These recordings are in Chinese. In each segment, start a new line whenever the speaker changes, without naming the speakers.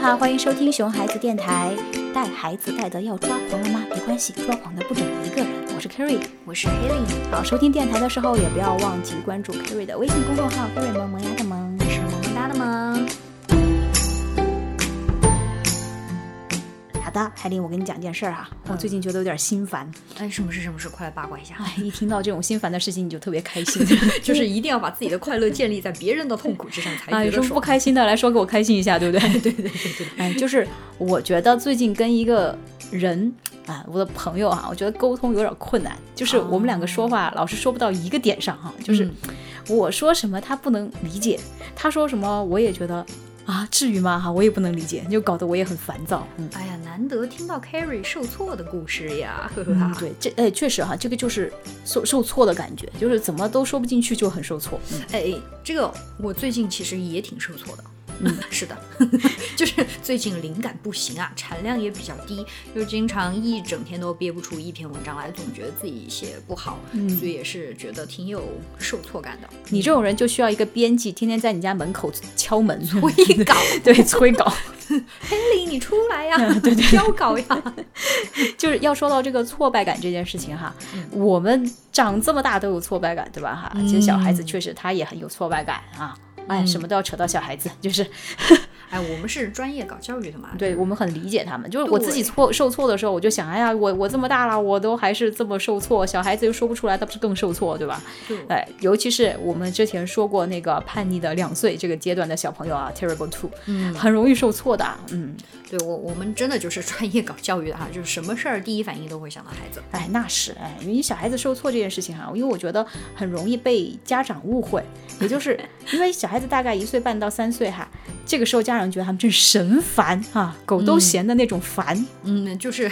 哈，欢迎收听熊孩子电台。带孩子带的要抓狂了吗？没关系，抓狂的不止你一个人。我是 Kerry。
我是 Haley，
好，收听电台的时候也不要忘记关注 Kerry 的微信公众号 “Kerry 萌萌呀的萌”。
是萌萌哒的萌。
好的，海林，我跟你讲件事儿、啊、哈，我最近觉得有点心烦。
哎，什么事？什么事？快来八卦一下。
哎，一听到这种心烦的事情，你就特别开 心。
就是一定要把自己的快乐建立在别人的痛苦之上，才
哎，
觉
有
得
什么不
爽。
开心的来说给我开心一下，对不对？
对对对对，
哎，就是我觉得最近跟一个人啊，我的朋友啊，我觉得沟通有点困难，就是我们两个说话、老是说不到一个点上哈、
嗯
就是我说什么他不能理解，他说什么我也觉得啊，至于吗？哈，我也不能理解，就搞得我也很烦躁。嗯，
哎呀，难得听到 Carrie 受挫的故事呀，呵呵
嗯
哈。
对，这哎确实哈、这个就是受受挫的感觉，就是怎么都说不进去，就很受挫。嗯
哎，这个我最近其实也挺受挫的。嗯， 是的，就是最近灵感不行啊，产量也比较低，就经常一整天都憋不出一篇文章来，总觉得自己写不好，所以也是觉得挺有受挫感 的。
你这种人就需要一个编辑，天天在你家门口敲门，
我一搞，
对催稿。
黑林，你出来呀， 对对，交稿呀，
就是要说到这个挫败感这件事情哈，
嗯
我们长这么大都有挫败感，对吧？哈，
嗯
其实小孩子确实他也很有挫败感啊。哎，
嗯
什么都要扯到小孩子， 就是
哎，我们是专业搞教育的嘛，
对我们很理解他们。就是我自己
对
挫受挫的时候，我就想，哎呀，我我这么大了，我都还是这么受挫，小孩子又说不出来，他不是更受挫，对吧？
就
哎，尤其是我们之前说过那个叛逆的两岁这个阶段的小朋友啊，terrible two，
嗯，
很容易受挫的啊。嗯，
对我我们真的就是专业搞教育的哈，就是什么事儿第一反应都会想到孩子。
哎，那是哎，因为小孩子受挫这件事情啊哈、因为我觉得很容易被家长误会，也就是 因为小孩子大概一岁半到三岁哈、这个时候家长觉得他们真是神烦啊，狗都嫌的那种烦。
嗯，就是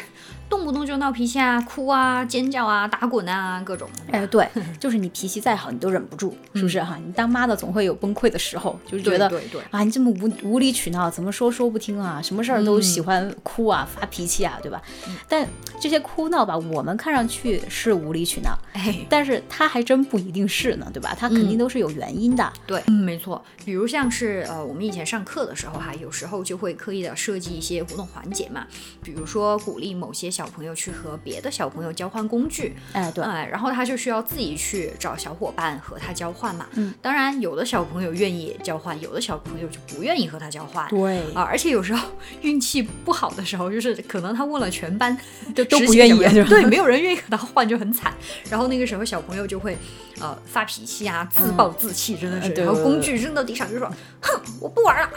动不动就闹脾气啊、哭啊、尖叫啊、打滚啊，各种。
哎， 对，就是你脾气再好，你都忍不住，是不是哈、你当妈的总会有崩溃的时候，就是觉
对
得
对对
啊，你这么无无理取闹，怎么说说不听啊，什么事儿都喜欢哭啊、发脾气啊，对吧？但这些哭闹吧，我们看上去是无理取闹，
哎，
但是他还真不一定是呢，对吧？他肯定都是有原因的。
对，嗯，没错。比如像是呃，我们以前上课的时候哈，有时候就会刻意的设计一些活动环节嘛，比如说鼓励某些小朋友去和别的小朋友交换工具，
哎，对，
哎，然后他就需要自己去找小伙伴和他交换嘛。
嗯，
当然有的小朋友愿意交换，有的小朋友就不愿意和他交换。
对
啊，而且有时候 运气不好的时候，就是可能他问了全班，
都都
十
不
几
愿
个
意
人
是吧
对，没有人愿意和他换，就很惨。然后那个时候小朋友就会，呃，发脾气啊，自暴自弃，真的是，
嗯对
然后
对
工
对
具扔到地上就说，哼，我不玩了，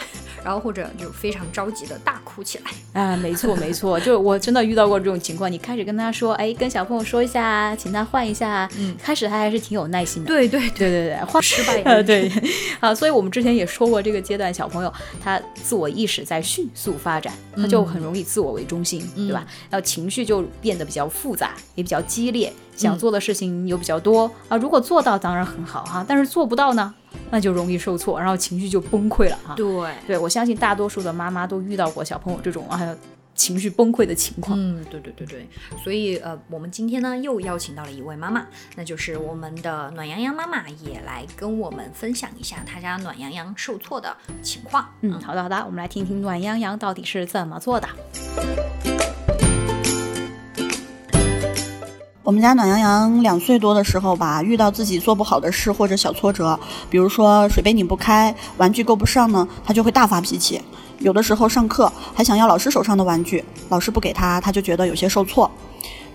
然后或者就非常着急的大哭起来。
哎，没错没错，就是我真的遇到过这种情况。你开始跟他说，哎，跟小朋友说一下，啊请他换一下，
嗯
开始他还是挺有耐心的。
对对对，
对对对，换
失 败
呃，
人
对，啊，所以我们之前也说过，这个阶段小朋友他自我意识在迅速发展，他就很容易自我为中心，对吧？然后情绪就变得比较复杂，也比较激烈，想做的事情又比较多、啊。如果做到当然很好哈、但是做不到呢，那就容易受挫，然后情绪就崩溃了哈、
对，
对，我相信大多数的妈妈都遇到过小朋友这种啊情绪崩溃的情况。
嗯，对对对对，所以呃，我们今天呢又邀请到了一位妈妈，那就是我们的暖洋洋妈妈，也来跟我们分享一下她家暖洋洋受挫的情况。
嗯，好的好的，我们来听听暖洋洋到底是怎么做的。
我们家暖洋洋两岁多的时候吧，遇到自己做不好的事或者小挫折，比如说水杯拧不开、玩具够不上呢，他就会大发脾气。有的时候上课还想要老师手上的玩具，老师不给他，他就觉得有些受挫。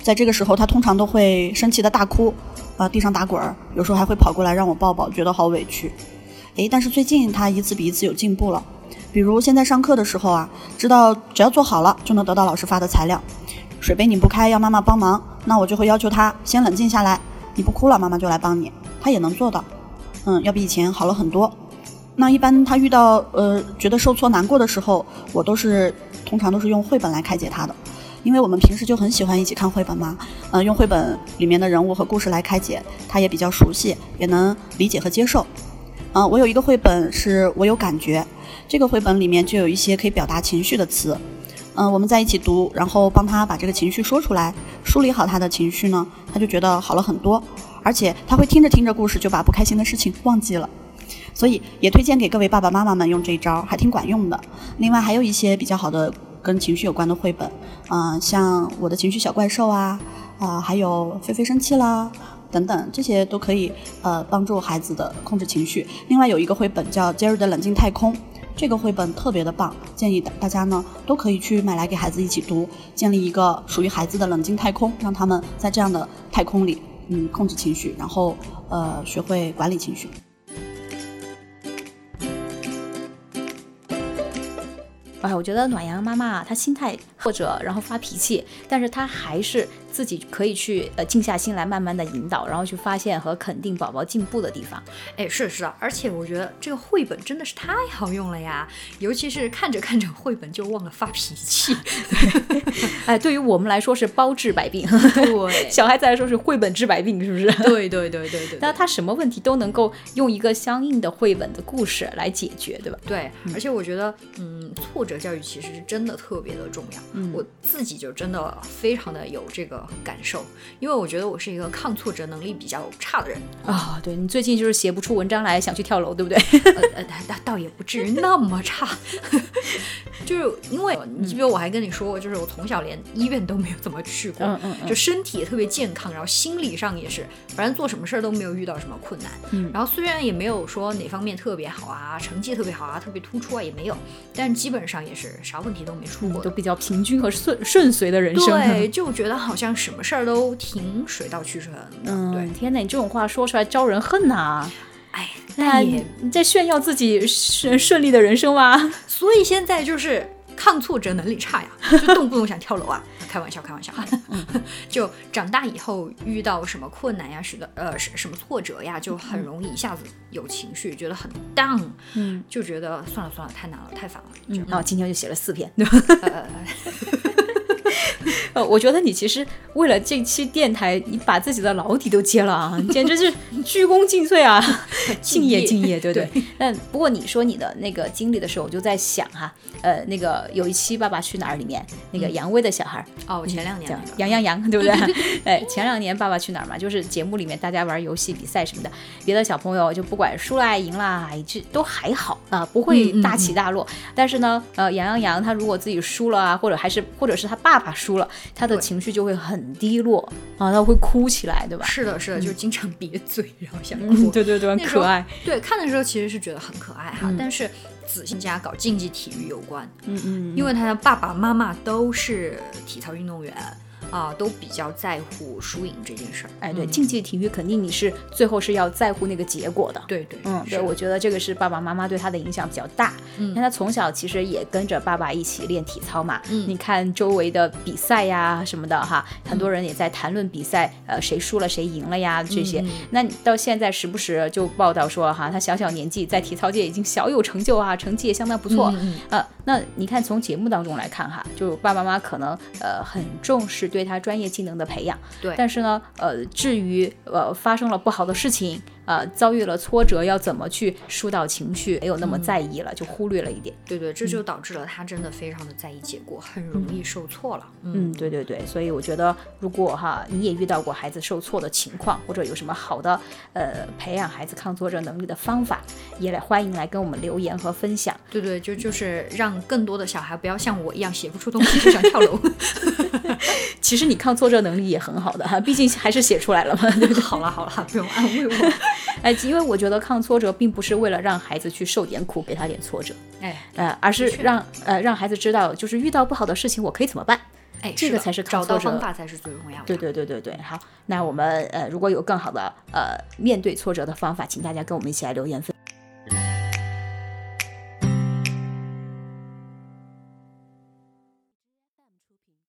在这个时候，他通常都会生气的大哭，啊、地上打滚儿，有时候还会跑过来让我抱抱，觉得好委屈。诶，但是最近他一次比一次有进步了，比如现在上课的时候啊，知道只要做好了就能得到老师发的材料，水杯拧不开要妈妈帮忙，那我就会要求他先冷静下来，你不哭了，妈妈就来帮你，他也能做到，嗯，要比以前好了很多。那一般他遇到呃觉得受挫难过的时候，我都是通常都是用绘本来开解他的，因为我们平时就很喜欢一起看绘本嘛，呃，用绘本里面的人物和故事来开解，他也比较熟悉，也能理解和接受。嗯、我有一个绘本是我有感觉，这个绘本里面就有一些可以表达情绪的词，嗯、我们在一起读，然后帮他把这个情绪说出来，梳理好他的情绪呢，他就觉得好了很多，而且他会听着听着故事就把不开心的事情忘记了。所以也推荐给各位爸爸妈妈们用这一招，还挺管用的。另外还有一些比较好的跟情绪有关的绘本，嗯、像我的情绪小怪兽啊，啊、还有菲菲生气啦。等等，这些都可以呃帮助孩子的控制情绪。另外有一个绘本叫《杰瑞的冷静太空》，这个绘本特别的棒，建议大大家呢都可以去买来给孩子一起读，建立一个属于孩子的冷静太空，让他们在这样的太空里，嗯，控制情绪，然后呃学会管理情绪。
哎，我觉得暖阳妈妈她心态或者然后发脾气，但是她还是自己可以去呃静下心来，慢慢的引导，然后去发现和肯定宝宝进步的地方。
哎，是是啊，而且我觉得这个绘本真的是太好用了呀，尤其是看着看着绘本就忘了发脾气。
哎，对于我们来说是包治百病，
对
小孩子来说是绘本治百病，是不是？
对对对对对
那
对
他什么问题都能够用一个相应的绘本的故事来解决，对吧？
对，而且我觉得，嗯，挫折教育其实是真的特别的重要。
嗯
我自己就真的非常的有这个感受，因为我觉得我是一个抗挫折能力比较差的人，
啊、对你最近就是写不出文章来，想去跳楼，对不对？
呃呃，倒倒也不至于那么差， 就是因为你记不记得我还跟你说过，就是我从小连医院都没有怎么去过，
嗯嗯嗯
就身体也特别健康，然后心理上也是，反正做什么事儿都没有遇到什么困难。
嗯
然后虽然也没有说哪方面特别好啊，成绩特别好啊，特别突出啊，也没有，但基本上也是啥问题都没出过
嗯都
的。
比较平均和顺顺遂的人 生。
对，就觉得好像什么事儿都挺水到渠成的。对
嗯，，天哪，你这种话说出来招人恨呐、
哎，
那
但
你
也嗯
你在炫耀自己顺顺利的人生吗？
所以现在就是抗挫折能力差呀， 就动不动想跳楼啊！开玩笑，开玩笑。 就长大以后遇到什么困难呀，使得呃什什么挫折呀，就很容易一下子有情绪，觉得很 down，
嗯，
就觉得算了算了，太难了，太烦了。
嗯，那我今天就写了四篇。
呃呃，呃
呃，我觉得你其实为了这期电台，你把自己的老底都揭了啊，你简直是 鞠躬尽瘁啊，敬业敬业，对对。但不过你说你的那个经历的时候，我就在想哈、呃，那个有一期《爸爸去哪儿》里面，那个杨威的小孩儿，
哦，我前两
这
年
样
那个，
嗯杨洋洋，对不对？ 哎，前两年《爸爸去哪儿》嘛，就是节目里面大家玩游戏比赛什么的，别的小朋友就不管输啦赢啦，哎这都还好啊、不会
嗯嗯
大起大落。但是呢，呃，杨洋洋他如果自己输了啊，或者还是或者是他爸爸输了，他的
对
情绪就会很低落啊，他会哭起来，对吧？
是的，是的，就经常瘪嘴，然后想
嗯，
哭。
对对对，很
那时候
可爱。
对，看的时候其实是觉得很可爱哈，
嗯
但是子欣家搞竞技体育有关，
嗯嗯，
因为他的爸爸妈妈都是体操运动员啊，都比较在乎输赢这件事儿。
哎，对，
嗯
竞技体育肯定你是最后是要在乎那个结果的。
对对，
嗯，
是
对，
的
我觉得这个是爸爸妈妈对他的影响比较大。
嗯
因为他从小其实也跟着爸爸一起练体操嘛。
嗯
你看周围的比赛呀什么的哈，很
嗯
多人也在谈论比赛，呃，谁输了谁赢了呀这些。
嗯嗯
那你到现在时不时就报道说哈，他小小年纪在体操界已经小有成就啊，成绩也相当不错。
嗯嗯
呃，那你看从节目当中来看哈，就爸爸妈妈可能呃很重视对他专业技能的培养，
对
但是呢，呃，至于呃发生了不好的事情，呃，遭遇了挫折，要怎么去疏导情绪，没有那么在意了，就忽略了一点。
对对，这
嗯
就导致了他真的非常的在意结果，很容易受挫了。
嗯，对对对，所以我觉得，如果哈你也遇到过孩子受挫的情况，或者有什么好的呃培养孩子抗挫折能力的方法，也来欢迎来跟我们留言和分享。
对对，就就是让更多的小孩不要像我一样写不出东西就想跳楼。
其实你抗挫折能力也很好的哈，毕竟还是写出来了嘛， 对不对？
好了好了，不用安 慰我。
哎，因为我觉得抗挫折并不是为了让孩子去受点苦，给他点挫折，
哎
呃，而是
的确
让呃让孩子知道，就是遇到不好的事情，我可以怎么办。
哎，
这
是
个
的
才是
找
抗
到
挫折
方法才是最重要的。
对对对对对，好，那我们呃如果有更好的呃面对挫折的方法，请大家跟我们一起来留言分。